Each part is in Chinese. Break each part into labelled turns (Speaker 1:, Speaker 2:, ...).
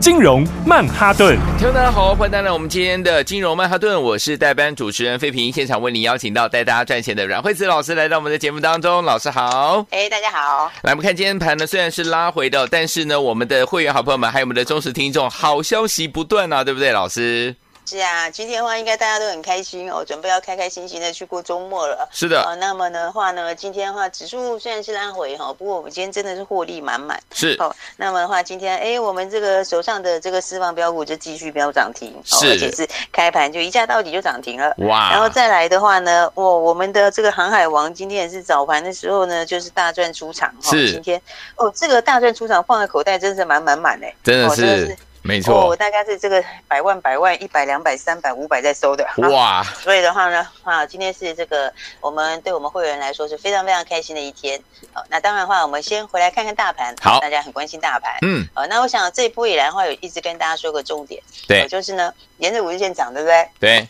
Speaker 1: 金融曼哈顿。
Speaker 2: 听众大家好，欢迎大家来我们今天的金融曼哈顿，我是代班主持人费平，现场为您邀请到带大家赚钱的阮惠慈老师来到我们的节目当中，老师好。
Speaker 3: 哎，大家好，
Speaker 2: 来，我们看今天盘呢，虽然是拉回的，但是呢，我们的会员好朋友们还有我们的忠实听众，好消息不断啊，对不对，老师？
Speaker 3: 是啊，今天的话应该大家都很开心哦，准备要开开心心的去过周末了。
Speaker 2: 是啊的，
Speaker 3: 呃，那么的话呢，今天的话指数虽然是拉回哈、哦，不过我们今天真的是获利满满。
Speaker 2: 是
Speaker 3: 好、那么的话，今天哎，我们这个手上的这个私房标股就继续飙涨停，哦
Speaker 2: 是啊
Speaker 3: 而且是开盘就一价到底就涨停了。
Speaker 2: 哇，
Speaker 3: 然后再来的话呢，哦我我们的这个航海王今天也是早盘的时候呢，就是大赚出场。哦
Speaker 2: 是
Speaker 3: 今天哦，这个大赚出场放在口袋真是满满满嘞。
Speaker 2: 真的
Speaker 3: 哦真的
Speaker 2: 是
Speaker 3: 是
Speaker 2: 没
Speaker 3: 哦，
Speaker 2: 错
Speaker 3: 我，大概是这个百万、百万、一百、两百、三百、五百在收的。啊
Speaker 2: 哇，
Speaker 3: 所以的话呢，啊，今天是这个我们对我们会员来说是非常非常开心的一天。好、那当然的话，我们先回来看看大盘。
Speaker 2: 好
Speaker 3: 大家很关心大盘。
Speaker 2: 嗯，
Speaker 3: 呃，那我想这一波以来的话，有一直跟大家说个重点，
Speaker 2: 对
Speaker 3: 呃就是呢，沿着五日线涨，对不对？
Speaker 2: 对，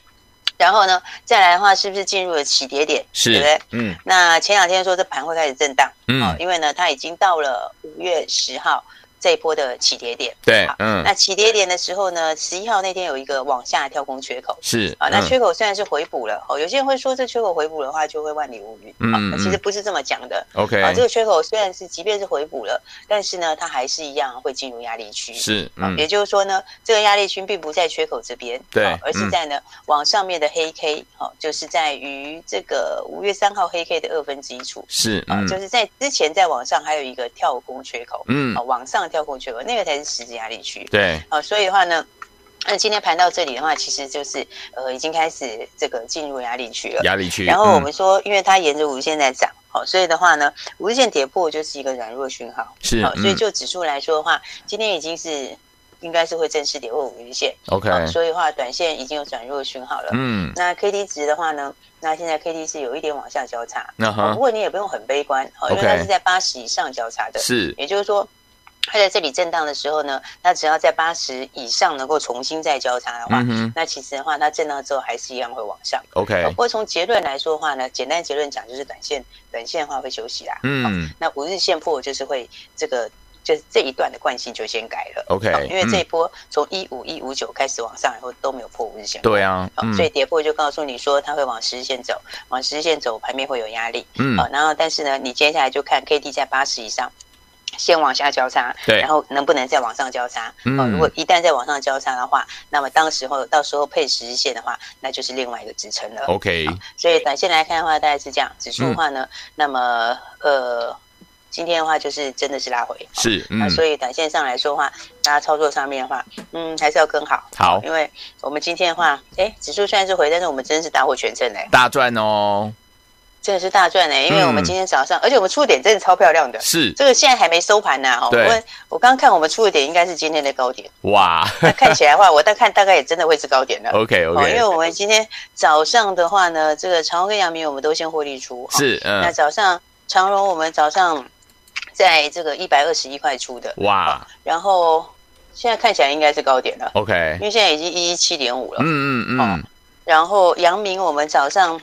Speaker 3: 然后呢，再来的话，是不是进入了起跌点？对
Speaker 2: 是
Speaker 3: 不对？，
Speaker 2: 嗯
Speaker 3: 那前两天说这盘会开始震荡，啊，
Speaker 2: 嗯，
Speaker 3: 因为呢，它已经到了五月十号这一波的起跌点。
Speaker 2: 对
Speaker 3: 好，哎
Speaker 2: 嗯，
Speaker 3: 那起跌点的时候呢，十一号那天有一个往下跳空缺口。
Speaker 2: 是
Speaker 3: 啊，那
Speaker 2: 嗯
Speaker 3: 缺口虽然是回补了，哦，有些人会说这缺口回补的话就会万里无云，啊，
Speaker 2: 嗯
Speaker 3: 那其实不是这么讲的，
Speaker 2: OK，
Speaker 3: 啊，这个缺口虽然是即便是回补了，但是呢，它还是一样会进入压力区，
Speaker 2: 是，
Speaker 3: 啊，
Speaker 2: 嗯
Speaker 3: 也就是说呢，这个压力区并不在缺口这边，
Speaker 2: 对
Speaker 3: 啊而是
Speaker 2: 嗯
Speaker 3: 在呢往上面的黑 K，好，就是在于这个五月三号黑 K 的二分之一处，
Speaker 2: 是，
Speaker 3: 啊，
Speaker 2: 嗯
Speaker 3: 就是在之前在往上还有一个跳空缺口，
Speaker 2: 嗯
Speaker 3: 啊，，往上跳空缺口，那个才是实质压力区，
Speaker 2: 对，
Speaker 3: 哦，所以的话呢，那今天盘到这里的话，其实就是呃已经开始这个进入压力区了。
Speaker 2: 压力区，
Speaker 3: 然后我
Speaker 2: 嗯
Speaker 3: 们说，因为它沿着五日线在涨，好、所以的话呢，五日线跌破就是一个软弱讯号。
Speaker 2: 是
Speaker 3: 好、，所以
Speaker 2: 嗯
Speaker 3: 就指数来说的话，今天已经是应该是会正式跌破五日线，
Speaker 2: OK，
Speaker 3: 好所以的话短线已经有转弱讯号了。
Speaker 2: 嗯，
Speaker 3: 那 K D 值的话呢，那现在 K D 是有一点往下交叉，
Speaker 2: 那
Speaker 3: 哦
Speaker 2: 哈
Speaker 3: 不过你也不用很悲观，好、因为
Speaker 2: 啊 OK
Speaker 3: 它是在八十以上交叉的。
Speaker 2: 是，
Speaker 3: 也就是说，它在这里震荡的时候呢，它只要在八十以上能够重新再交叉的话，
Speaker 2: 嗯哼
Speaker 3: 那其实的话，它震荡之后还是一样会往上。不
Speaker 2: ，OK，
Speaker 3: 过从结论来说的话呢，简单结论讲就是短线，短线的话会休息啦。
Speaker 2: 嗯
Speaker 3: 那五日线破就是会这个，就是这一段的惯性就先改了。
Speaker 2: ，OK，
Speaker 3: 哦好因为
Speaker 2: 嗯
Speaker 3: 这一波从一五一五九开始往上以后都没有破五日线。
Speaker 2: 对啊，
Speaker 3: 好。哦所以跌破就告诉你说它会往十日线走，往十日线走盘面会有压力。
Speaker 2: 嗯，
Speaker 3: 好，然后但是呢，你接下来就看 K D 在八十以上，先往下交叉，
Speaker 2: 对
Speaker 3: 然后能不能再往上交叉？
Speaker 2: 嗯
Speaker 3: 哦，如果一旦再往上交叉的话，那么当时候到时候配十日线的话，那就是另外一个支撑了。
Speaker 2: OK，
Speaker 3: 所以短线来看的话，大概是这样。指数的话呢，
Speaker 2: 嗯
Speaker 3: 那么呃，今天的话就是真的是拉回。哦
Speaker 2: 是，
Speaker 3: 那
Speaker 2: 嗯，
Speaker 3: 所以短线上来说的话，大家操作上面的话，嗯，还是要跟好，
Speaker 2: 好，
Speaker 3: 因为我们今天的话，哎，指数虽然是回，但是我们真的是大获全胜嘞、
Speaker 2: 大赚哦，
Speaker 3: 真的是大赚呢、因为我们
Speaker 2: 嗯
Speaker 3: 今天早上，而且我们出的点真的超漂亮的。
Speaker 2: 是，
Speaker 3: 这个现在还没收盘呢、哦。
Speaker 2: 对
Speaker 3: 我问我刚看我们出的点应该是今天的 高点，
Speaker 2: 哇
Speaker 3: 那看起来的话，我大看大概也真的会是高点了。
Speaker 2: ，OK
Speaker 3: 哦，因为
Speaker 2: OK，
Speaker 3: 我们今天早上的话呢，这个长荣跟阳明我们都先获利出。哦、
Speaker 2: 是，
Speaker 3: 那
Speaker 2: 嗯，
Speaker 3: 早上长荣我们早上在这个一百二十一块出的，
Speaker 2: 哇
Speaker 3: 然后现在看起来应该是高点了，
Speaker 2: ，OK，
Speaker 3: 哦因为现哦在已经一一七点五了。
Speaker 2: 嗯嗯嗯
Speaker 3: 然后阳明我们早上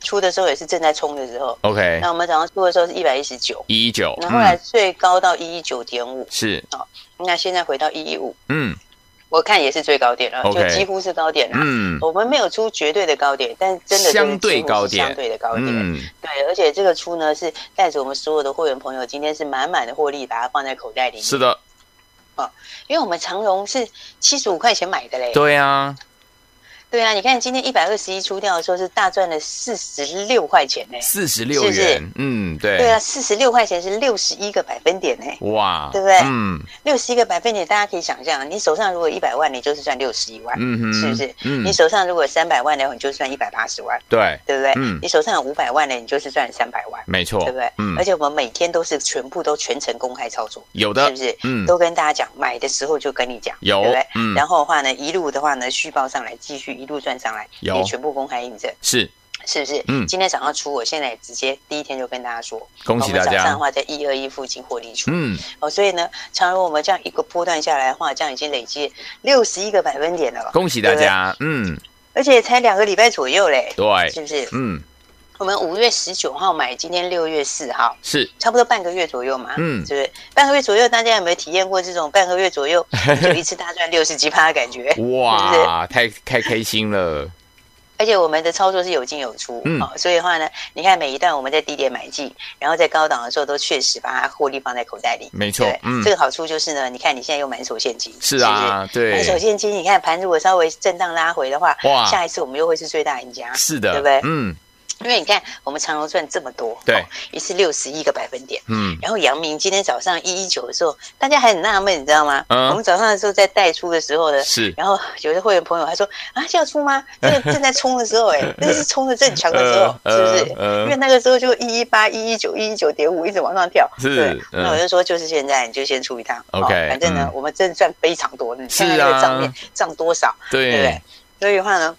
Speaker 3: 出的时候也是正在冲的时候。
Speaker 2: ，OK，
Speaker 3: 那我们早上出的时候是一百一十九，
Speaker 2: 一九，嗯
Speaker 3: 那后来最高到一一九点五，
Speaker 2: 是，
Speaker 3: 那现在回到一一五，
Speaker 2: 嗯
Speaker 3: 我看也是最高点了
Speaker 2: OK
Speaker 3: 就几乎是高点了。
Speaker 2: 嗯
Speaker 3: 我们没有出绝对的高点，但真的就是
Speaker 2: 相对
Speaker 3: 几乎是
Speaker 2: 高点
Speaker 3: 相对的高点。
Speaker 2: 嗯，
Speaker 3: 对，而且这个出呢是带着我们所有的会员朋友，今天是满满的获利，把它放在口袋里面。
Speaker 2: 是，的，
Speaker 3: 因为我们长荣是七十五块钱买的嘞。
Speaker 2: 对啊，
Speaker 3: 对啊，你看今天一百二十一出掉的时候是大赚了四十六块钱嘞。
Speaker 2: 四十六元，嗯，对，
Speaker 3: 对啊，四十六块钱是六十一个百分点嘞。
Speaker 2: 哇，
Speaker 3: 对不对
Speaker 2: 嗯
Speaker 3: 六十一个百分点，大家可以想象，啊你手上如果一百万，你就是赚六十一万，
Speaker 2: 嗯哼，
Speaker 3: 是不是？
Speaker 2: 嗯
Speaker 3: 你，手上如果三百万的，你就赚一百八十万，
Speaker 2: 对，
Speaker 3: 对不对？
Speaker 2: 嗯
Speaker 3: 你手上有五百万的，你就是赚三百万，
Speaker 2: 没错，
Speaker 3: 对不对？
Speaker 2: 嗯
Speaker 3: 而，且我们每天都是全部都全程公开操作，
Speaker 2: 有
Speaker 3: 是
Speaker 2: 的
Speaker 3: 不，是？
Speaker 2: 嗯，
Speaker 3: 都跟大家讲，买的时候就跟你讲，
Speaker 2: 有
Speaker 3: 对不对？
Speaker 2: 嗯
Speaker 3: 然后的话呢，一路的话呢，续报上来继续一一路赚上来，
Speaker 2: 有
Speaker 3: 因为全部公开印证，
Speaker 2: 是
Speaker 3: 是不是？
Speaker 2: 嗯
Speaker 3: 今天早上出，我现在也直接第一天就跟大家说，
Speaker 2: 恭喜大
Speaker 3: 我们早上的
Speaker 2: 家，
Speaker 3: 话在一二一附近获利出，
Speaker 2: 嗯，
Speaker 3: 哦，所以呢，常如我们这样一个波段下来的话，这样已经累积六十一个百分点了，
Speaker 2: 恭喜大家，嗯，
Speaker 3: 而且才两个礼拜左右嘞，
Speaker 2: 对，
Speaker 3: 是不是？
Speaker 2: 嗯，
Speaker 3: 我们五月十九号买，今天六月四号，
Speaker 2: 是
Speaker 3: 差不多半个月左右嘛，
Speaker 2: 嗯
Speaker 3: 是不是？半个月左右，大家有没有体验过这种半个月 左右就一次大赚六十几趴的感觉？是不是
Speaker 2: 哇，太太开心了，
Speaker 3: 而且我们的操作是有进有出，
Speaker 2: 嗯
Speaker 3: 哦，所以的话呢，你看每一段我们在低点买进，然后在高档的时候都确实把它获利放在口袋里，
Speaker 2: 没错
Speaker 3: 对不对，
Speaker 2: 嗯
Speaker 3: 这，个好处就是呢，你看你现在又满手现金，
Speaker 2: 是
Speaker 3: 不是
Speaker 2: 啊，
Speaker 3: 那
Speaker 2: 对，
Speaker 3: 首现金，你看盘如果稍微震荡拉回的话，
Speaker 2: 哇
Speaker 3: 下一次我们又会是最大赢家，
Speaker 2: 是的，
Speaker 3: 对不对？
Speaker 2: 嗯，
Speaker 3: 因为你看我们长荣赚这么多，
Speaker 2: 对
Speaker 3: 哦，一次六十一个百分点。
Speaker 2: 嗯，
Speaker 3: 然后阳明今天早上一一九的时候，大家还很纳闷，你知道吗？
Speaker 2: 嗯
Speaker 3: 我们早上的时候在带出的时候呢，
Speaker 2: 是，
Speaker 3: 然后有的会员朋友还说啊，这要出吗？这个正在冲的时候、哎，那是冲的正强的时 候，是不是？因为
Speaker 2: 呃，
Speaker 3: 那个时候就一一八、一一九、一一九点五一直往上跳，
Speaker 2: 是
Speaker 3: 对
Speaker 2: 嗯
Speaker 3: 那我就说就是现在你就先出一趟哦
Speaker 2: OK，
Speaker 3: 反正呢
Speaker 2: 嗯，
Speaker 3: 我们真的赚非常多，你
Speaker 2: 是
Speaker 3: 看看那
Speaker 2: 啊
Speaker 3: 个账面涨多少，对不对
Speaker 2: 对？
Speaker 3: 所以的话呢。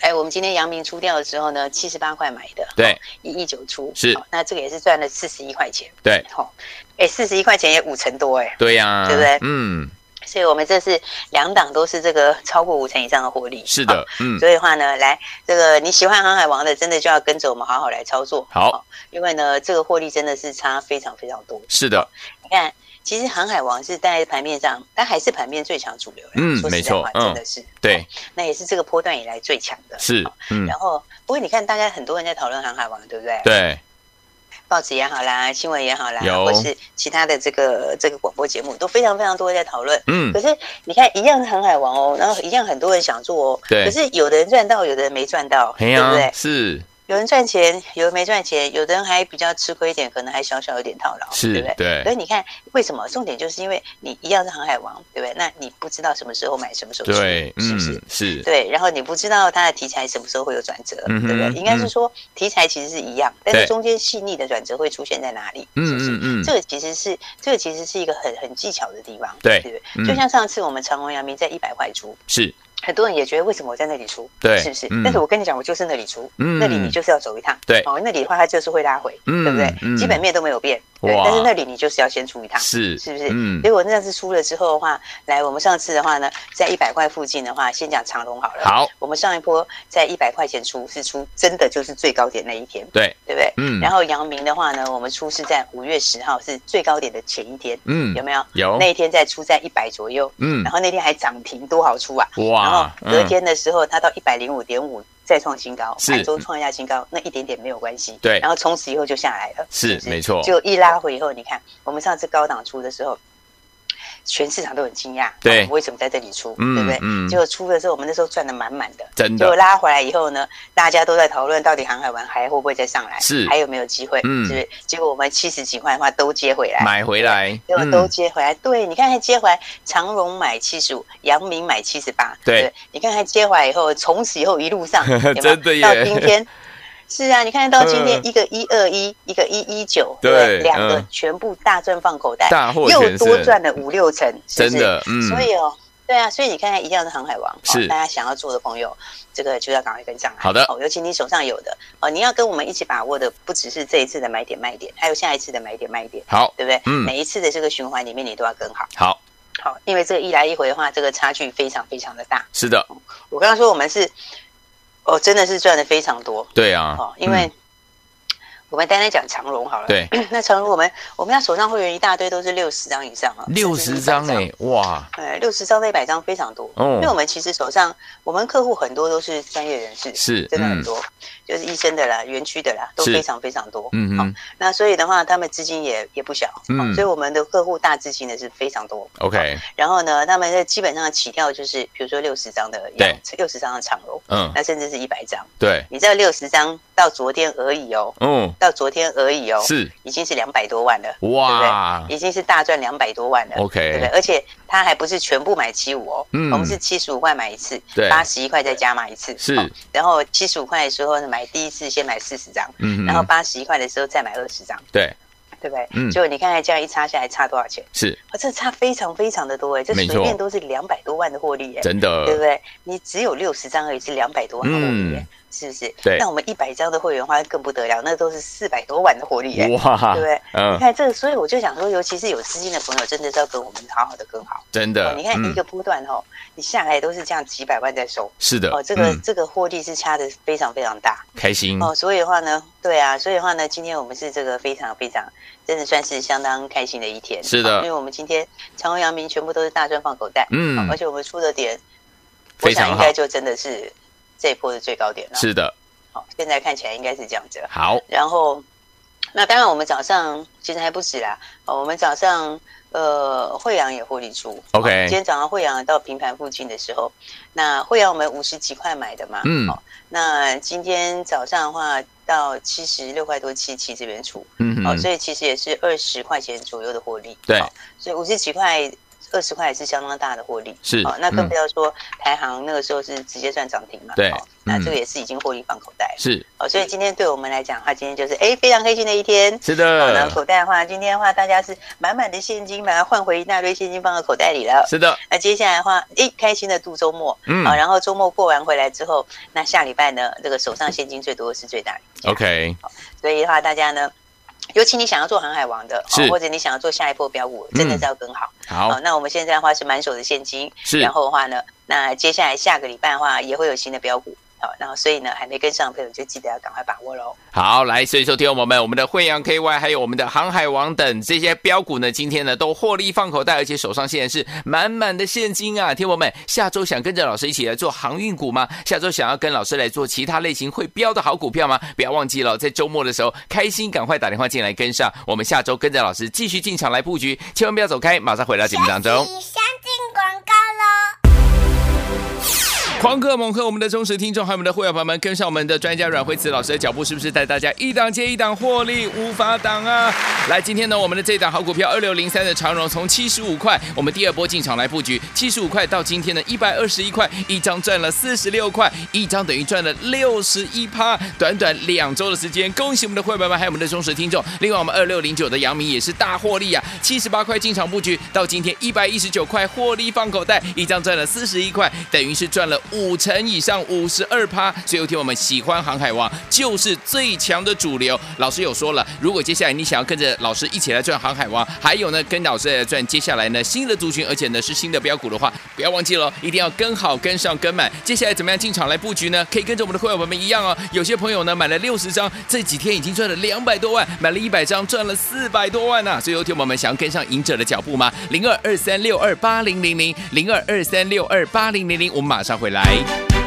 Speaker 3: 哎，我们今天阳明出掉的时候呢，七十八块买的，
Speaker 2: 对
Speaker 3: 一一九出，
Speaker 2: 是
Speaker 3: 好那这个也是赚了四十一块钱，
Speaker 2: 对
Speaker 3: 好，哎，四十一块钱也五成多，哎，
Speaker 2: 对呀，
Speaker 3: 对不对
Speaker 2: 嗯，
Speaker 3: 所以我们这是两档都是这个超过五成以上的获利，
Speaker 2: 是
Speaker 3: 好
Speaker 2: 的，嗯，
Speaker 3: 所以的话呢，来这个你喜欢航海王的，真的就要跟着我们好好来操作。
Speaker 2: 好
Speaker 3: 哦，因为呢，这个获利真的是差非常非常多。
Speaker 2: 是的，
Speaker 3: 你看，其实航海王是在盘面上，它还是盘面最强主流啦。
Speaker 2: 嗯
Speaker 3: 说实
Speaker 2: 没错
Speaker 3: 在话
Speaker 2: 嗯
Speaker 3: 真的是、
Speaker 2: 对，
Speaker 3: 那也是这个波段以来最强的。
Speaker 2: 是，嗯，
Speaker 3: 然后，不过你看，大家很多人在讨论航海王，对不对？，
Speaker 2: 对，
Speaker 3: 报纸也好啦，新闻也好啦，
Speaker 2: 有
Speaker 3: 或是其他的这个这个广播节目，都非常非常多在讨论。
Speaker 2: 嗯
Speaker 3: 可，是你看，一样是航海王哦，然后一样很多人想做哦。
Speaker 2: 对
Speaker 3: 可是有的人赚到，有的人没赚到，
Speaker 2: 嘿
Speaker 3: 对不
Speaker 2: 呀，
Speaker 3: 对？
Speaker 2: 是
Speaker 3: 有人赚钱，有人没赚钱，有的人还比较吃亏一点，可能还小小有点套牢，对
Speaker 2: 是
Speaker 3: 不，对？可
Speaker 2: 对，
Speaker 3: 是你看，为什么？重点就是因为你一样是航海王，对不对？那你不知道什么时候买，什么时候出，
Speaker 2: 对，
Speaker 3: 是不是？
Speaker 2: 嗯，是，
Speaker 3: 对，然后你不知道它的题材什么时候会有转折，
Speaker 2: 嗯哼
Speaker 3: 对不对？应该是
Speaker 2: 嗯
Speaker 3: 说题材其实是一样，但是
Speaker 2: 对
Speaker 3: 中间细腻的转折会出现在哪里？是不是？
Speaker 2: 嗯嗯嗯
Speaker 3: 这，个其实是这个其实是一个很很技巧的地方，
Speaker 2: 对
Speaker 3: 对不
Speaker 2: 嗯
Speaker 3: 对？就像上次我们长虹阳明在一百块出，
Speaker 2: 是，
Speaker 3: 很多人也觉得为什么我在那里出，
Speaker 2: 对
Speaker 3: 是不是
Speaker 2: 嗯？
Speaker 3: 但是我跟你讲，我就是那里出，
Speaker 2: 嗯
Speaker 3: 那里你就是要走一趟，
Speaker 2: 对
Speaker 3: 哦，那里的话它就是会拉回，
Speaker 2: 嗯
Speaker 3: 对不
Speaker 2: 嗯
Speaker 3: 对？基本面都没有变，对
Speaker 2: 哇，
Speaker 3: 但是那里你就是要先出一趟，
Speaker 2: 是，
Speaker 3: 是不是
Speaker 2: 嗯，
Speaker 3: 结果那次出了之后的话，来我们上次的话呢，在一百块附近的话，先讲长龙好了。，
Speaker 2: 好，
Speaker 3: 我们上一波在一百块钱出是出真的就是最高点那一天，
Speaker 2: 对，
Speaker 3: 对不对？
Speaker 2: 嗯
Speaker 3: 然，后阳明的话呢，我们出是在五月十号是最高点的前一天，
Speaker 2: 嗯
Speaker 3: 有，没有？
Speaker 2: 有，
Speaker 3: 那一天再出在一百左右，
Speaker 2: 嗯
Speaker 3: 然，后那天还涨停，多好出啊！然后
Speaker 2: 哇，
Speaker 3: 隔
Speaker 2: 嗯，
Speaker 3: 天的时候，它到一百零五点五再创新高，
Speaker 2: 是
Speaker 3: 盘中创一下新高，那一点点没有关系。
Speaker 2: 对
Speaker 3: 然后从此以后就下来了，
Speaker 2: 是
Speaker 3: 不
Speaker 2: 没错
Speaker 3: 就一拉回以后，你看我们上次高档出的时候，全市场都很惊讶，
Speaker 2: 对
Speaker 3: 啊为什么在这里出，
Speaker 2: 嗯
Speaker 3: 对不对？
Speaker 2: 嗯
Speaker 3: 结果出的时候，我们那时候赚的满满的。
Speaker 2: 真
Speaker 3: 结果
Speaker 2: 的，
Speaker 3: 拉回来以后呢，大家都在讨论到底航海王还会不会再上来，
Speaker 2: 是
Speaker 3: 还有没有机会，
Speaker 2: 嗯
Speaker 3: 是不是？结果我们七十几块的话都接回来，
Speaker 2: 买回来，嗯
Speaker 3: 结果都接回来。对，你看还接回来，长荣买七十五，阳明买七十八。
Speaker 2: 对
Speaker 3: 不，你看还接回来以后，从此以后一路上， 有没有
Speaker 2: 真的耶
Speaker 3: 到今天。是啊，你看到今天
Speaker 2: 嗯
Speaker 3: 一个一二一，一个一一九，
Speaker 2: 对
Speaker 3: 不两个
Speaker 2: 嗯
Speaker 3: 全部大赚放口袋，
Speaker 2: 大获
Speaker 3: 又
Speaker 2: 全
Speaker 3: 多
Speaker 2: 胜，
Speaker 3: 赚了五六成，是不
Speaker 2: 真
Speaker 3: 是。
Speaker 2: 的，嗯，
Speaker 3: 所以哦，对啊，所以你看看一样是航海王，哦
Speaker 2: 是
Speaker 3: 大家想要做的朋友，这个就要赶快跟上来。
Speaker 2: 好的
Speaker 3: 哦，尤其你手上有的哦，你要跟我们一起把握的，不只是这一次的买点卖点，还有下一次的买点卖点。
Speaker 2: 好，
Speaker 3: 对不对？
Speaker 2: 嗯
Speaker 3: 每一次的这个循环里面，你都要跟好，
Speaker 2: 好，
Speaker 3: 好，因为这个一来一回的话，这个差距非常非常的大。
Speaker 2: 是的，
Speaker 3: 我刚刚说我们是，哦，真的是赚的非常多
Speaker 2: 对啊，
Speaker 3: 哦，因为、
Speaker 2: 嗯
Speaker 3: 我们单单讲长荣好了，
Speaker 2: 对，
Speaker 3: 那长荣我们我们那手上会员一大堆都是六十张以上啊，
Speaker 2: 六
Speaker 3: 甚至
Speaker 2: 十张
Speaker 3: 100
Speaker 2: 哎，哇，
Speaker 3: 呃，六十张到一百张非常多，
Speaker 2: 哦
Speaker 3: 因为我们其实手上我们客户很多都是专业人士，
Speaker 2: 是
Speaker 3: 真的
Speaker 2: 嗯
Speaker 3: 很多，就是医生的啦、园区的啦，都
Speaker 2: 是
Speaker 3: 非常非常多。
Speaker 2: 嗯哼
Speaker 3: 那所以的话，他们资金也也不小，
Speaker 2: 嗯
Speaker 3: 哦所以我们的客户大资金的是非常多。
Speaker 2: ，OK，
Speaker 3: 然后呢，他们的基本上起跳就是，比如说六十张的
Speaker 2: 对，
Speaker 3: 六十张的长楼，
Speaker 2: 嗯，
Speaker 3: 那甚至是一百张。
Speaker 2: 对，
Speaker 3: 你知道六十张到昨天而已哦，
Speaker 2: 嗯，
Speaker 3: 到昨天而已哦，
Speaker 2: 是，
Speaker 3: 已经是两百多万了，
Speaker 2: 哇
Speaker 3: 已经是大赚两百多万了。对不对？
Speaker 2: ，OK，
Speaker 3: 而且他还不是全部买七五哦，
Speaker 2: 嗯
Speaker 3: 我们是七十五块买一次，
Speaker 2: 对
Speaker 3: 八十一块再加买一次，
Speaker 2: 是
Speaker 3: 哦然后七十五块的时候呢，买第一次先买四十张，
Speaker 2: 嗯哼，
Speaker 3: 然后八十一块的时候再买二十张，
Speaker 2: 对，
Speaker 3: 对不对？
Speaker 2: 嗯
Speaker 3: 结果你看看这样一差下来差多少钱？
Speaker 2: 是
Speaker 3: 啊，这差非常非常的多哎，这
Speaker 2: 没
Speaker 3: 随
Speaker 2: 错
Speaker 3: 便都是两百多万的获利哎，
Speaker 2: 真
Speaker 3: 对不
Speaker 2: 的，
Speaker 3: 对？你只有六十张而已，是两百多万的获利耶，
Speaker 2: 嗯
Speaker 3: 是不是？
Speaker 2: 对
Speaker 3: 那我们一百张的会员花更不得了，那都是四百多万的获利耶，
Speaker 2: 哇
Speaker 3: 对不，对？你
Speaker 2: 嗯，
Speaker 3: 看这个，所以我就想说，尤其是有资金的朋友，真的是要跟我们好好的跟好。
Speaker 2: 真
Speaker 3: 哦
Speaker 2: 的，
Speaker 3: 你看一
Speaker 2: 嗯，
Speaker 3: 个波段哦，你下来都是这样几百万在收
Speaker 2: 是的
Speaker 3: 哦，，这个
Speaker 2: 嗯，
Speaker 3: 这个获利是差的非常非常大
Speaker 2: 开心，
Speaker 3: 哦，所以的话呢，对啊，所以的话呢，今天我们是这个非常非常，真的算是相当开心的一天。
Speaker 2: 是的
Speaker 3: 哦因为我们今天长虹、阳明全部都是大赚放口袋，哦
Speaker 2: 嗯
Speaker 3: 而，且我们出的点，我
Speaker 2: 非
Speaker 3: 想
Speaker 2: 常
Speaker 3: 应
Speaker 2: 好
Speaker 3: 该，就真的是这一波的最高点了。，
Speaker 2: 是的，
Speaker 3: 好、现在看起来应该是这样子了。
Speaker 2: 好，
Speaker 3: 然后，那当然我们早上其实还不止啦，哦，我们早上呃惠阳也获利出
Speaker 2: OK
Speaker 3: 哦今天早上惠阳到平盘附近的时候，那惠阳我们五十几块买的嘛，
Speaker 2: 嗯
Speaker 3: 哦，那今天早上的话到七十六块多七七这边出，
Speaker 2: 嗯
Speaker 3: 哦，
Speaker 2: 哼，
Speaker 3: 所以其实也是二十块钱左右的获利，
Speaker 2: 对
Speaker 3: 哦所以五十几块。二十块也是相当大的获利，
Speaker 2: 是
Speaker 3: 哦，那更
Speaker 2: 嗯
Speaker 3: 不要说台行那个时候是直接算涨停嘛，
Speaker 2: 对
Speaker 3: 哦，那
Speaker 2: 嗯
Speaker 3: 这个也是已经获利放口袋了。
Speaker 2: 是
Speaker 3: 哦，所以今天对我们来讲的话，今天就是哎非常开心的一天。
Speaker 2: 是
Speaker 3: 好，那
Speaker 2: 的，
Speaker 3: 口袋的话，今天的话大家是满满的现金，把它换回一大堆现金放到口袋里了。
Speaker 2: 是的，
Speaker 3: 那接下来的话，哎，开心的度周末，
Speaker 2: 嗯
Speaker 3: 好、啊然后周末过完回来之后，那下礼拜呢，这个手上现金最多的是最大的
Speaker 2: ，OK，
Speaker 3: 所以的话，大家呢，尤其你想要做航海王的，哦
Speaker 2: 是嗯
Speaker 3: 或者你想要做下一波标股，真的是要跟好。啊
Speaker 2: 好，
Speaker 3: 那我们现在的话是满手的现金，
Speaker 2: 是
Speaker 3: 然后的话呢，那接下来下个礼拜的话也会有新的标股，好、然后所以呢，还没跟上的朋友就记得要赶快把握喽。
Speaker 2: 好，来，所以说，听众朋友们，我们的惠阳 KY 还有我们的航海王等这些标股呢，今天呢都获利放口袋，而且手上现在是满满的现金啊！听众朋友们，下周想跟着老师一起来做航运股吗？下周想要跟老师来做其他类型会标的好股票吗？不要忘记了，在周末的时候，开心赶快打电话进来跟上，我们下周跟着老师继续进场来布局，千万不要走开，马上回到节目当中。
Speaker 4: 先进广告喽。
Speaker 2: 狂贺猛贺我们的忠实听众还有我们的会员朋友们，跟上我们的专家阮慧慈老师的脚步，是不是带大家一档接一档获利无法挡啊？来，今天呢，我们的这档好股票二六零三的长荣，从七十五块，我们第二波进场来布局，七十五块到今天的一百二十一块，一张赚了四十六块，一张等于赚了六十一趴，短短两周的时间，恭喜我们的会员朋友们还有我们的忠实听众。另外，我们二六零九的杨明也是大获利啊，七十八块进场布局，到今天一百一十九块获利放口袋，一张赚了四十一块，等于是赚了五成以上，五十二趴。所以有天我们喜欢航海王就是最强的主流。老师有说了，如果接下来你想要跟着老师一起来赚航海王，还有呢跟老师来赚接下来呢新的族群，而且呢是新的标股的话，不要忘记了哦，一定要跟好、跟上、跟满。接下来怎么样进场来布局呢？可以跟着我们的会员们一样哦。有些朋友呢买了六十张，这几天已经赚了两百多万，买了一百张赚了四百多万呐、所以有天我们想要跟上赢者的脚步吗？零二二三六二八零零零零二二三六二八零零零，我们马上回来。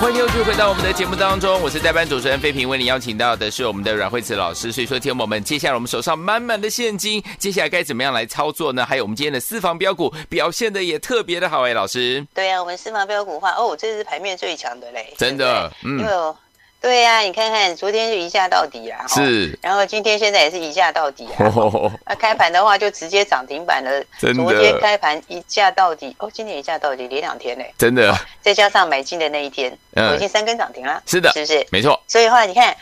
Speaker 2: 欢迎又去回到我们的节目当中，我是代班主持人费平，为你邀请到的是我们的阮慧慈老师。所以说，听友们，接下来我们手上满满的现金，接下来该怎么样来操作呢？还有我们今天的私房标股表现的也特别的好哎，老师，
Speaker 3: 对啊呀、我们私房标股的话，哦，这是盘面最强的嘞，
Speaker 2: 真
Speaker 3: 对不对
Speaker 2: 的，
Speaker 3: 因
Speaker 2: 嗯，
Speaker 3: 为我对呀、你看看昨天就一价到底啦，吼，
Speaker 2: 是，
Speaker 3: 然后今天现在也是一价到底 啊。
Speaker 2: 哦，
Speaker 3: 那开盘的话就直接涨停板了，
Speaker 2: 真的
Speaker 3: 昨天开盘一价到底，哦，今天一价到底，连两天嘞，
Speaker 2: 真的
Speaker 3: 再加上买进的那一天，
Speaker 2: 嗯
Speaker 3: 我已经三根涨停了，
Speaker 2: 是的
Speaker 3: 是不是？
Speaker 2: 没错，
Speaker 3: 所以的话，你看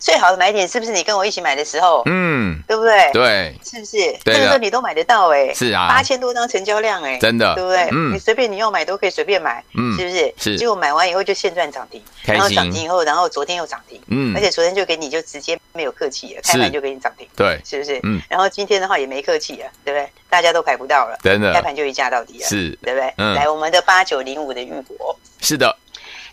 Speaker 3: 最好的买点是不是你跟我一起买的时候，
Speaker 2: 嗯，
Speaker 3: 对不对？
Speaker 2: 对，
Speaker 3: 是不是？
Speaker 2: 对的啊
Speaker 3: 那个时候你都买得到哎、
Speaker 2: 是啊
Speaker 3: 八千多张成交量哎、
Speaker 2: 真的
Speaker 3: 对不对？
Speaker 2: 嗯
Speaker 3: 你随便你要买都可以随便买，
Speaker 2: 嗯
Speaker 3: 是不是？
Speaker 2: 是
Speaker 3: 结果买完以后就现赚涨停，
Speaker 2: 开心
Speaker 3: 然后涨停以后，然后昨天又涨停，
Speaker 2: 嗯
Speaker 3: 而，且昨天就给你就直接没有客气了，开
Speaker 2: 是
Speaker 3: 盘就给你涨停，
Speaker 2: 对，
Speaker 3: 是不是？
Speaker 2: 嗯
Speaker 3: 然后今天的话也没客气了，对不对？大家都排不到了，
Speaker 2: 真的
Speaker 3: 开盘就一价到底了，
Speaker 2: 呃是
Speaker 3: 对不对？
Speaker 2: 嗯
Speaker 3: 来我们的八九零五的玉国，
Speaker 2: 是的，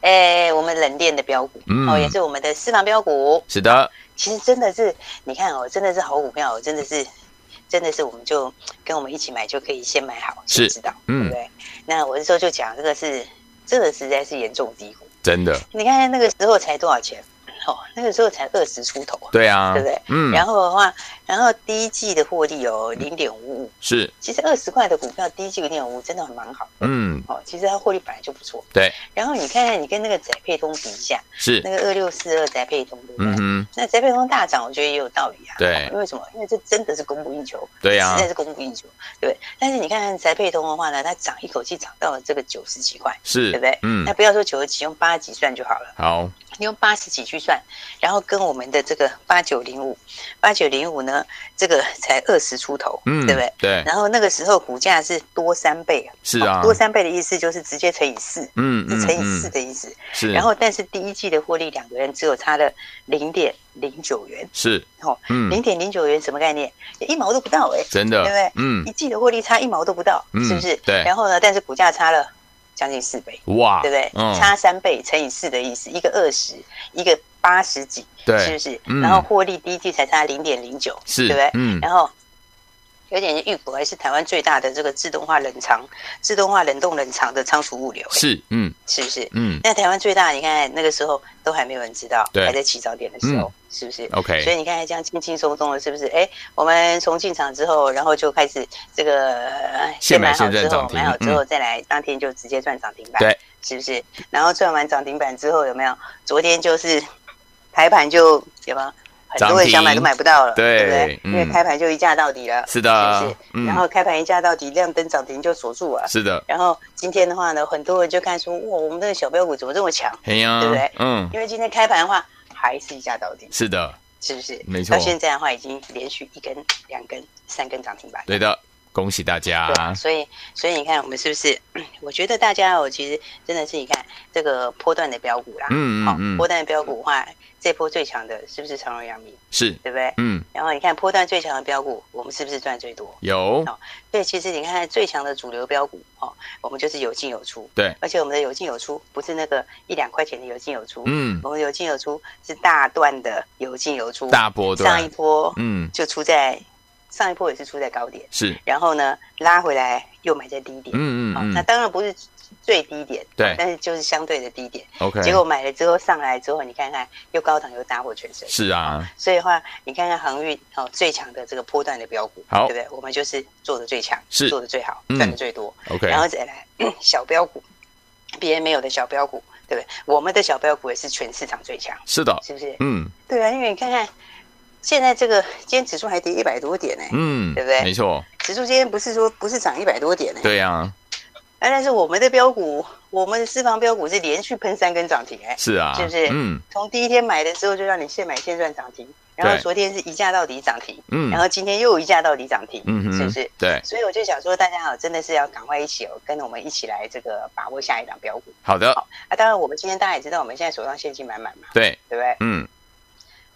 Speaker 3: 哎，我们冷链的标股，
Speaker 2: 嗯
Speaker 3: 哦，也是我们的私房标股，
Speaker 2: 是的，
Speaker 3: 其实真的是，你看哦，真的是好股票哦，真的是，真的是，我们就跟我们一起买就可以先买好，
Speaker 2: 是
Speaker 3: 先知道，对
Speaker 2: 嗯
Speaker 3: 不，对？那我是说就讲这个是，这个实在是严重低估。
Speaker 2: 真的，
Speaker 3: 你看那个时候才多少钱？哦，那个时候才二十出头啊。
Speaker 2: 对啊，
Speaker 3: 对不对
Speaker 2: 嗯，
Speaker 3: 然后的话，然后第一季的获利哦，零点五五，
Speaker 2: 是，
Speaker 3: 其实二十块的股票，第一季零点五五真的蛮好
Speaker 2: 嗯，
Speaker 3: 哦。其实它获利本来就不错。
Speaker 2: 对，
Speaker 3: 然后你看看你跟那个翟配通比一下，
Speaker 2: 是
Speaker 3: 那，个二六四二翟配通，对不对？
Speaker 2: 嗯哼，
Speaker 3: 那翟配通大涨，我觉得也有道理 啊。
Speaker 2: 对
Speaker 3: 因为什么？因为这真的是供不应求，
Speaker 2: 对啊
Speaker 3: 实在是供不应求。对，但是你看看翟配通的话呢，它涨一口气涨到了这个九十几块，
Speaker 2: 是，
Speaker 3: 对不对？
Speaker 2: 嗯
Speaker 3: 那，不要说九十几，用八十几算就好了，
Speaker 2: 好，
Speaker 3: 你用八十几去算，然后跟我们的这个八九零五，八九零五呢，这个才二十出头，
Speaker 2: 嗯，
Speaker 3: 对不对？
Speaker 2: 对，
Speaker 3: 然后那个时候股价是多三倍啊，
Speaker 2: 是啊
Speaker 3: 哦多三倍的意思就是直接乘以四，
Speaker 2: 嗯
Speaker 3: 是
Speaker 2: 嗯
Speaker 3: 乘以四
Speaker 2: 嗯，
Speaker 3: 的意思。
Speaker 2: 是，
Speaker 3: 然后，但是第一季的获利，两个人只有差了零点零九元，
Speaker 2: 是，
Speaker 3: 哦，零
Speaker 2: 嗯，
Speaker 3: 点零九元什么概念？一毛都不到哎、
Speaker 2: 真的，
Speaker 3: 对不对
Speaker 2: 嗯，
Speaker 3: 一季的获利差一毛都不到，
Speaker 2: 嗯
Speaker 3: 是不是？
Speaker 2: 对
Speaker 3: 然后呢，但是股价差了将近四倍，
Speaker 2: 哇，
Speaker 3: 对不对？
Speaker 2: 嗯，
Speaker 3: 差三倍乘以四的意思，一个二十，一个八十几，是
Speaker 2: 对
Speaker 3: 不，是？
Speaker 2: 嗯
Speaker 3: 然后获利第一季才差零点零九，
Speaker 2: 是，
Speaker 3: 对不对？
Speaker 2: 嗯，
Speaker 3: 然后。有点预股还是台湾最大的这个自动化冷藏、自动化冷冻冷藏的仓储物流、哎
Speaker 2: 是，嗯
Speaker 3: 是不是？
Speaker 2: 嗯
Speaker 3: 那台湾最大，你看那个时候都还没有人知道，
Speaker 2: 对嗯
Speaker 3: 还在起早点的时候，是不是？所
Speaker 2: ，OK，
Speaker 3: 以你看，这样轻轻松松的，是不是？哎，我们从进场之后，然后就开始这个呃
Speaker 2: 现买
Speaker 3: 买好
Speaker 2: 现赚
Speaker 3: 之
Speaker 2: 涨
Speaker 3: 后，
Speaker 2: 停嗯
Speaker 3: 买好之后再来，当天就直接赚涨停板，
Speaker 2: 对，
Speaker 3: 是不是？然后赚完涨停板之后，有没有？昨天就是开盘就有没有？很多人想买都买不到了，
Speaker 2: 对
Speaker 3: 不对？
Speaker 2: 嗯
Speaker 3: 因为开盘就一价到底了，
Speaker 2: 是
Speaker 3: 是不
Speaker 2: 的
Speaker 3: 是，
Speaker 2: 嗯
Speaker 3: 然，后开盘一价到底，亮灯涨停就锁住了。
Speaker 2: 是的，
Speaker 3: 然后今天的话呢，很多人就看出，哇，我们这个小标股怎么这么强？
Speaker 2: 嘿呀
Speaker 3: 对不对，
Speaker 2: 嗯，
Speaker 3: 因为今天开盘的话，还是一价到底。
Speaker 2: 是的，
Speaker 3: 是不是？
Speaker 2: 没错
Speaker 3: 到现在的话，已经连续一根、两根、三根涨停板。
Speaker 2: 对的，恭喜大家啊
Speaker 3: 对，，啊所以所以你看，我们是不是？嗯我觉得大家哦，其实真的是你看这个波段的标股啦，
Speaker 2: 嗯
Speaker 3: 好、
Speaker 2: 嗯嗯，
Speaker 3: 波段的标股的话，这波最强的是不是长荣、阳明，
Speaker 2: 是，
Speaker 3: 对不对？
Speaker 2: 嗯，
Speaker 3: 然后你看波段最强的标股，我们是不是赚最多？
Speaker 2: 有，
Speaker 3: 所以其实你看最强的主流标股哦，我们就是有进有出，
Speaker 2: 对，
Speaker 3: 而且我们的有进有出不是那个一两块钱的有进有出，
Speaker 2: 嗯，
Speaker 3: 我们有进有出是大段的有进有出，
Speaker 2: 大波
Speaker 3: 上一
Speaker 2: 段，
Speaker 3: 波
Speaker 2: 嗯，
Speaker 3: 就出在上一波也是出在高点，
Speaker 2: 是，
Speaker 3: 然后呢拉回来又买在低点。
Speaker 2: 嗯
Speaker 3: 好
Speaker 2: 嗯
Speaker 3: 那
Speaker 2: 嗯
Speaker 3: 当然不是最低点，
Speaker 2: 对
Speaker 3: 但是就是相对的低点。
Speaker 2: ，OK，
Speaker 3: 结果买了之后上来之后，你看看又高档又大获全胜。
Speaker 2: 是啊，
Speaker 3: 所以的话，你看看航运哦，最强的这个波段的标股，
Speaker 2: 好
Speaker 3: 对不对？我们就是做的最强，
Speaker 2: 是
Speaker 3: 做的最好，
Speaker 2: 嗯
Speaker 3: 赚的最多，
Speaker 2: ，OK，
Speaker 3: 然后再来小标股。别人没有的小标股，对不对？我们的小标股也是全市场最强，
Speaker 2: 是的，
Speaker 3: 是不是？
Speaker 2: 嗯
Speaker 3: 对啊，因为你看看现在这个今天指数还跌一百多点呢、
Speaker 2: 嗯，
Speaker 3: 对不对
Speaker 2: 没错，
Speaker 3: 指数今天不是说不是涨一百多点呢、
Speaker 2: 对呀、
Speaker 3: 哎，但是我们的标股，我们的私房标股是连续喷三根涨停、哎，
Speaker 2: 是啊，
Speaker 3: 是不是
Speaker 2: 嗯
Speaker 3: 从第一天买的时候就让你现买现赚涨停，然后
Speaker 2: 对
Speaker 3: 昨天是一价到底涨停，
Speaker 2: 嗯
Speaker 3: 然后今天又一价到底涨停，
Speaker 2: 嗯哼，
Speaker 3: 是不是？
Speaker 2: 对，
Speaker 3: 所以我就想说，大家好，真的是要赶快一起哦，跟着我们一起来这个把握下一档标股
Speaker 2: 好的，
Speaker 3: 啊！当然，我们今天大家也知道，我们现在手上现金满满嘛，
Speaker 2: 对，
Speaker 3: 对不对？
Speaker 2: 嗯，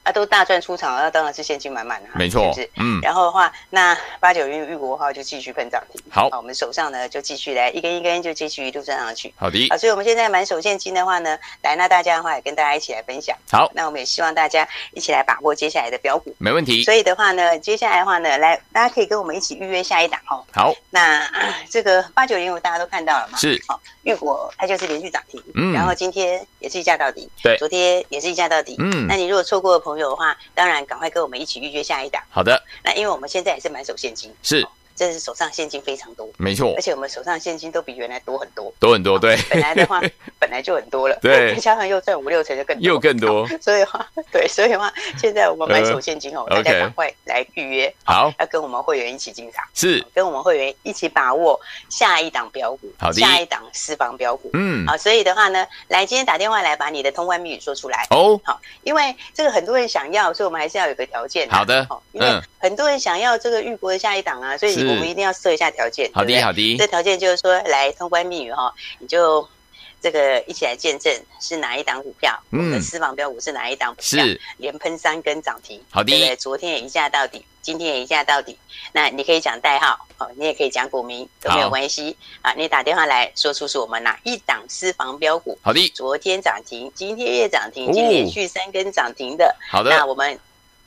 Speaker 3: 啊，都大赚出场了，那当然是现金满满啊，
Speaker 2: 没错
Speaker 3: 是不是？，
Speaker 2: 嗯，
Speaker 3: 然后的话，那八九云玉国号就继续喷涨停，
Speaker 2: 好
Speaker 3: 啊我们手上呢就继续来一根一根就继续一路站上去。
Speaker 2: 好的
Speaker 3: 啊，，所以我们现在满手现金的话呢，来那大家的话也跟大家一起来分享。
Speaker 2: 好，
Speaker 3: 那我们也希望大家一起来把握接下来的标股。
Speaker 2: 没问题，
Speaker 3: 所以的话呢，接下来的话呢，来大家可以跟我们一起预约下一档哦。
Speaker 2: 好，
Speaker 3: 那、 啊这个八九零五大家都看到了嘛？
Speaker 2: 是
Speaker 3: 哦，玉果它就是连续涨停，
Speaker 2: 嗯
Speaker 3: 然后今天也是一价到底，
Speaker 2: 对
Speaker 3: 昨天也是一价到底，
Speaker 2: 嗯
Speaker 3: 那你如果错过的朋友的话，当然赶快跟我们一起预约下一档。
Speaker 2: 好的，
Speaker 3: 那因为我们现在也是满手现金，
Speaker 2: 是
Speaker 3: 哦，这是手上现金非常多，
Speaker 2: 没错
Speaker 3: 而，且我们手上现金都比原来多很多。
Speaker 2: 都很多，对，
Speaker 3: 本来的话本来就很多了，
Speaker 2: 对
Speaker 3: 加上又赚五六成就更多
Speaker 2: 又更多，
Speaker 3: 所以的话，对，所以的话，现在我们满手现金哦，
Speaker 2: 呃
Speaker 3: 大
Speaker 2: OK
Speaker 3: 家赶快来预约，
Speaker 2: 好，
Speaker 3: 要跟我们会员一起进场，
Speaker 2: 是，
Speaker 3: 跟我们会员一起把握下一档标股
Speaker 2: 好，的
Speaker 3: 下一档私房标股。
Speaker 2: 嗯，
Speaker 3: 好，所以的话呢，来今天打电话来把你的通关密语说出来，
Speaker 2: 哦，
Speaker 3: 因为这个很多人想要，所以我们还是要有个条件啊。
Speaker 2: 好的
Speaker 3: 哦因为
Speaker 2: 嗯
Speaker 3: 很多人想要这个玉国的下一档啊，所以
Speaker 2: 是
Speaker 3: 我们一定要设一下条件。
Speaker 2: 好
Speaker 3: 对不
Speaker 2: 的，
Speaker 3: 对
Speaker 2: 好的
Speaker 3: 这，条件就是说，来通关密语哈，你就这个一起来见证是哪一档股票，
Speaker 2: 嗯
Speaker 3: 我们的私房标股是哪一档股票，
Speaker 2: 是，
Speaker 3: 连喷三根涨停，
Speaker 2: 好的
Speaker 3: 对不对？昨天也一价到底，今天也一价到底。那你可以讲代号哦，你也可以讲股名都没有
Speaker 2: 好
Speaker 3: 关系啊。你打电话来说出是我们哪一档私房标股，
Speaker 2: 好的，
Speaker 3: 昨天涨停，今天也涨停，
Speaker 2: 哦
Speaker 3: 已经连续三根涨停的，
Speaker 2: 好
Speaker 3: 那
Speaker 2: 的，
Speaker 3: 我们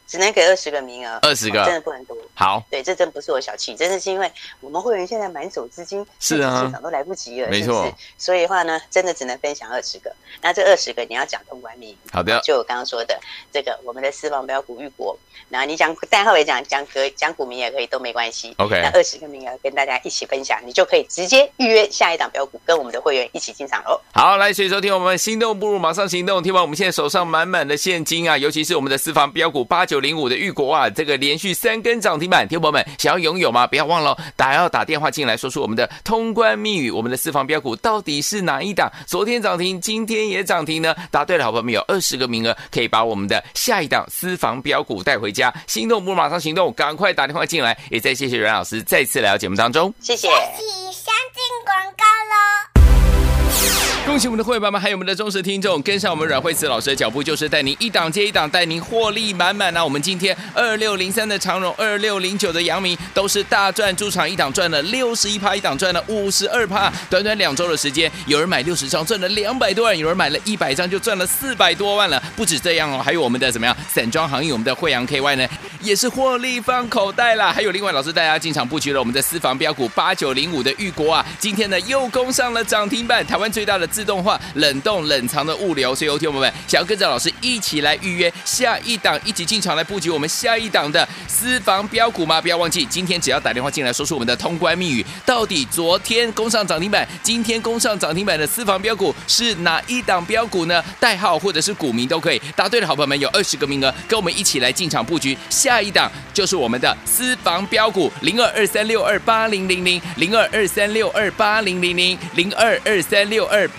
Speaker 3: 只能给二十个名额，
Speaker 2: 20个
Speaker 3: 哦真的不能多。
Speaker 2: 好，
Speaker 3: 对，这真不是我小气，真的是因为我们会员现在满手资金，
Speaker 2: 是啊
Speaker 3: 甚至进场都来不及了，
Speaker 2: 没
Speaker 3: 是不是
Speaker 2: 错
Speaker 3: 所以的话呢，真的只能分享二十个。那这二十个你要讲通关密语，
Speaker 2: 好的，
Speaker 3: 就我刚刚说的这个我们的私房标股玉国，然后你讲代号也讲，讲格讲股名也可以，都没关系。
Speaker 2: OK
Speaker 3: 那二十个名额跟大家一起分享，你就可以直接预约下一档标股，跟我们的会员一起进场喽。
Speaker 2: 好，来，所以收听我们心动不如马上行动。听完我们现在手上满满的现金啊，尤其是我们的私房标股八九零五的玉国啊，这个连续三根涨停板，听友们想要拥有吗？不要忘了哦，打要打电话进来，说出我们的通关密语，我们的私房标股到底是哪一档？昨天涨停，今天也涨停呢？答对了，好朋友们有二十个名额，可以把我们的下一档私房标股带回家。心动不如马上行动，赶快打电话进来。也再谢谢阮老师再次来到节目当中。
Speaker 3: 谢谢。
Speaker 4: 起相进广告喽。
Speaker 2: 恭喜我们的会员爸妈，还有我们的忠实听众，跟上我们阮慧慈老师的脚步，就是带您一档接一档，带您获利满满啊！我们今天二六零三的长荣，二六零九的阳明，都是大赚出场，一档赚了六十一趴，一档赚了五十二趴，短短两周的时间，有人买六十张赚了两百多万，有人买了一百张就赚了四百多万了。不止这样哦，还有我们的怎么样散装行业，我们的惠阳 KY 呢，也是获利放口袋啦。还有另外老师带大家进场布局了我们的私房标股八九零五的玉国啊，今天呢又攻上了涨停板，台湾最大的自动化冷冻冷藏的物流。所以，有听友们想要跟着老师一起来预约下一档，一起进场来布局我们下一档的私房标股吗？不要忘记，今天只要打电话进来说出我们的通关密语，到底昨天攻上涨停板，今天攻上涨停板的私房标股是哪一档标股呢？代号或者是股名都可以。答对的好朋友们有二十个名额，跟我们一起来进场布局。下一档就是我们的私房标股零二二三六二八零零零零二二三六二八零零零零二二三六二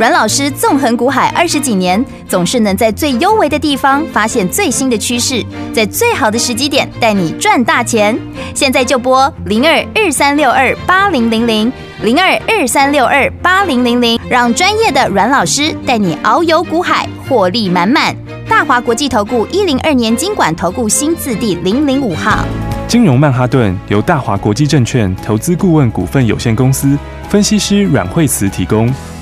Speaker 5: 阮老师纵横股海二十几年，总是能在最优微的地方发现最新的趋势，在最好的时机点带你赚大钱。现在就拨零二二三六二八零零零零二二三六二八零零零，让专业的阮老师带你遨游股海，获利满满。大华国际投顾一零二年经管投顾新字第零零五号。
Speaker 1: 金融曼哈顿由大华国际证券投资顾问股份有限公司分析师阮惠慈提供。